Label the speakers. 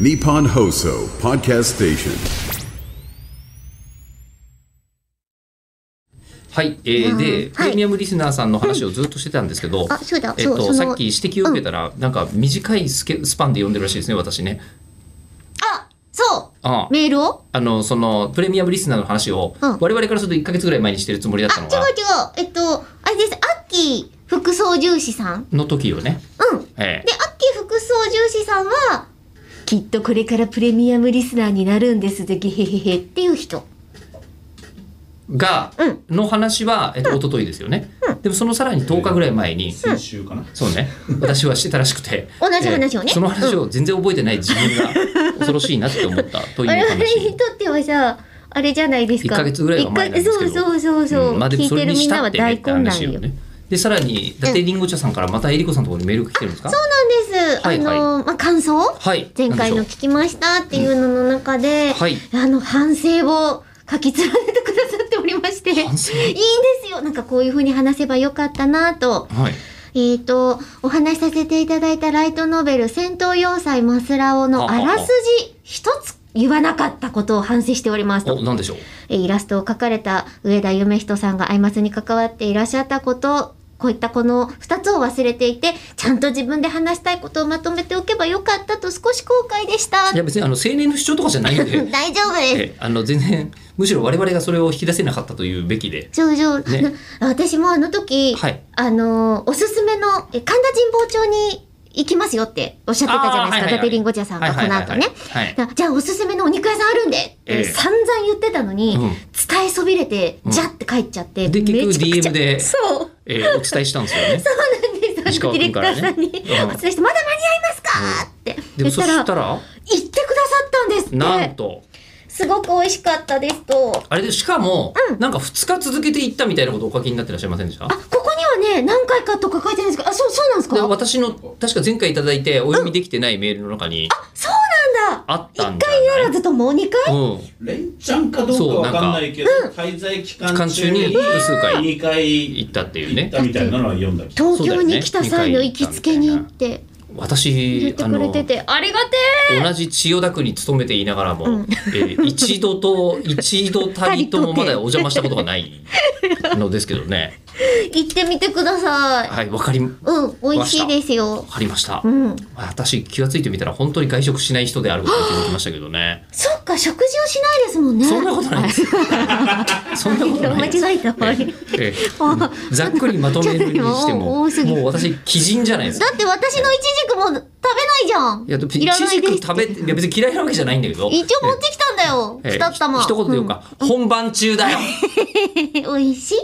Speaker 1: Nippon Hoso Podcast Station.
Speaker 2: はい、えー、で、
Speaker 3: はい
Speaker 2: プレミアムリスナーさんの話をずっとしてたんですけど、
Speaker 3: あそうだ
Speaker 2: えっと
Speaker 3: そうその
Speaker 2: さっき指摘を受けたら、なんか短いスケスパンで読んでるらしいですね私ね
Speaker 3: あ、そ
Speaker 2: ああ
Speaker 3: うメールを
Speaker 2: あのそのプレミアムリスナーの話を、
Speaker 3: うん
Speaker 2: 我々からすると1か月ぐらい前にしてるつもりだっ
Speaker 3: あ、
Speaker 2: た
Speaker 3: 違う
Speaker 2: の
Speaker 3: 違う
Speaker 2: が。
Speaker 3: えっと、あれです。アッキー副操縦士さん。
Speaker 2: の時よね、
Speaker 3: うん。で、
Speaker 2: え
Speaker 3: アッキー副操縦士さんは、きっとこれからプレミアムリスナーになるんですで、ゲヘヘヘっていう人。
Speaker 2: えが、
Speaker 3: うん
Speaker 2: の話は、えっと、一昨日ですよね、でもそのさらに10日ぐらい前に、
Speaker 4: 先週かな、
Speaker 2: そうね私はしてたらしくて
Speaker 3: 同じ話をね
Speaker 2: ええその話を全然覚えてない自分が恐ろしいなって思ったという
Speaker 3: 我々
Speaker 2: 話
Speaker 3: にとってはさ、あれじゃないですか。
Speaker 2: 1ヶ月ぐらいは前なんですけど
Speaker 3: 一ヶそうそうそうそう。
Speaker 2: うんまあ、でも
Speaker 3: 聞い
Speaker 2: そ
Speaker 3: て
Speaker 2: れ
Speaker 3: る
Speaker 2: に
Speaker 3: み
Speaker 2: し
Speaker 3: んな
Speaker 2: たっ
Speaker 3: は
Speaker 2: てねっ
Speaker 3: 大
Speaker 2: て
Speaker 3: 混
Speaker 2: 話
Speaker 3: 乱
Speaker 2: よ
Speaker 3: よ。
Speaker 2: ねでさらに伊達りんご茶さんからまたえりこさんのところにメールが来てるんですか
Speaker 3: そうなんです。
Speaker 2: はいはい
Speaker 3: あの、まあ、感想、
Speaker 2: はい
Speaker 3: 前回の
Speaker 2: なんでしょ
Speaker 3: 聞きましたっていうのの中で、
Speaker 2: はい
Speaker 3: あの、反省を書き連ねてくださっておりまして、いいん
Speaker 2: 反
Speaker 3: で
Speaker 2: 省
Speaker 3: すよ。なんかこういう風に話せばよかったなと。
Speaker 2: うはい
Speaker 3: えっ、と、お話しさせていただいたライトノベル、戦闘要塞マスラオのあらすじ一つ言わなかったことを反省しておりますと
Speaker 2: お。なんでしょう
Speaker 3: えーイラストを描かれた上田夢人さんがアイマスに関わっていらっしゃったこと、こういったこの2つを忘れていて、ちゃんと自分で話したいことをまとめておけばよかったと少し後悔でした。
Speaker 2: いや別にあの青年の主張とかじゃないんで
Speaker 3: 大丈夫です。
Speaker 2: えあの全然むしろ我々がそれを引き出せなかったというべきで
Speaker 3: 上々、
Speaker 2: ね
Speaker 3: あの私もあの時、
Speaker 2: はい
Speaker 3: あのーおすすめのえ神田神保町に行きますよっておっしゃってたじゃないです
Speaker 2: あーはいはいは
Speaker 3: か、
Speaker 2: い
Speaker 3: 伊達りんご茶さんがこの
Speaker 2: はいは
Speaker 3: 後ね
Speaker 2: いはいはいはい
Speaker 3: だからじゃあおすすめのお肉屋さんあるんでっ
Speaker 2: ええ
Speaker 3: て散々言ってたのに、
Speaker 2: うん
Speaker 3: 伝えそびれて、
Speaker 2: ん
Speaker 3: じゃって帰っちゃって
Speaker 2: で結局
Speaker 3: めちゃくちゃ
Speaker 2: DM で
Speaker 3: そう
Speaker 2: えーお伝えしたんですよね
Speaker 3: そうなんです
Speaker 2: 石川
Speaker 3: ディレ
Speaker 2: 君
Speaker 3: ク
Speaker 2: か
Speaker 3: タ
Speaker 2: らね
Speaker 3: ーさんにお
Speaker 2: うん
Speaker 3: 伝えして「まだ間に合いますか?」って
Speaker 2: で
Speaker 3: 言
Speaker 2: も
Speaker 3: っ
Speaker 2: そ
Speaker 3: た
Speaker 2: し
Speaker 3: ら
Speaker 2: たら
Speaker 3: 行ってくださったんですって
Speaker 2: なんと
Speaker 3: すごく美味しかったですと
Speaker 2: あれでしかも、なんか2日続けていったみたいなことをお書きになってらっしゃいませんでした
Speaker 3: あここにはね何回かとか書いてないんですけどあそうそうなんですか
Speaker 2: で私の確か前回いただいてお読みできてないメールの中に、
Speaker 3: そうなんだ
Speaker 2: あったん
Speaker 3: 一
Speaker 2: じゃない
Speaker 3: 回ならずとも2回
Speaker 2: うん、
Speaker 4: 連チャンかどうかわかんないけど、滞在期間中に
Speaker 2: 期間中に複数回
Speaker 4: 2回
Speaker 2: 行ったっていうね
Speaker 4: 行ったみたいなのは読んだけど
Speaker 3: 東京に来た際の行きつけに行って言
Speaker 2: 私
Speaker 3: って
Speaker 2: あ
Speaker 3: くれ
Speaker 2: の
Speaker 3: ててありがて
Speaker 2: 同じ千代田区に勤めていながらも、えー一度と一度たりともまだお邪魔したことがないのですけどね
Speaker 3: え行ってみてください
Speaker 2: はいわかりわ
Speaker 3: うん美味しいですよ
Speaker 2: かりました、
Speaker 3: うん
Speaker 2: 私気がついてみたら本当に外食しない人であることに気づきましたけどね
Speaker 3: そっか食事をしないですもんね
Speaker 2: そんなことない ですそんなことないです
Speaker 3: 間違えた
Speaker 2: ええええざっくりまとめるにして
Speaker 3: もう
Speaker 2: も
Speaker 3: 多すぎ
Speaker 2: もう私鬼人じゃないですか
Speaker 3: だって私のイチジクも食べないじゃん。
Speaker 2: いやでもい
Speaker 3: ら
Speaker 2: ち
Speaker 3: な
Speaker 2: じ
Speaker 3: いで
Speaker 2: く
Speaker 3: す。
Speaker 2: 食べていや別に嫌いなわけじゃないんだけど
Speaker 3: 一応持ってきたんだよ。
Speaker 2: ええ
Speaker 3: 二玉。
Speaker 2: ひ一言で言う
Speaker 3: う
Speaker 2: か、本番中だよ
Speaker 3: ん。美味しい。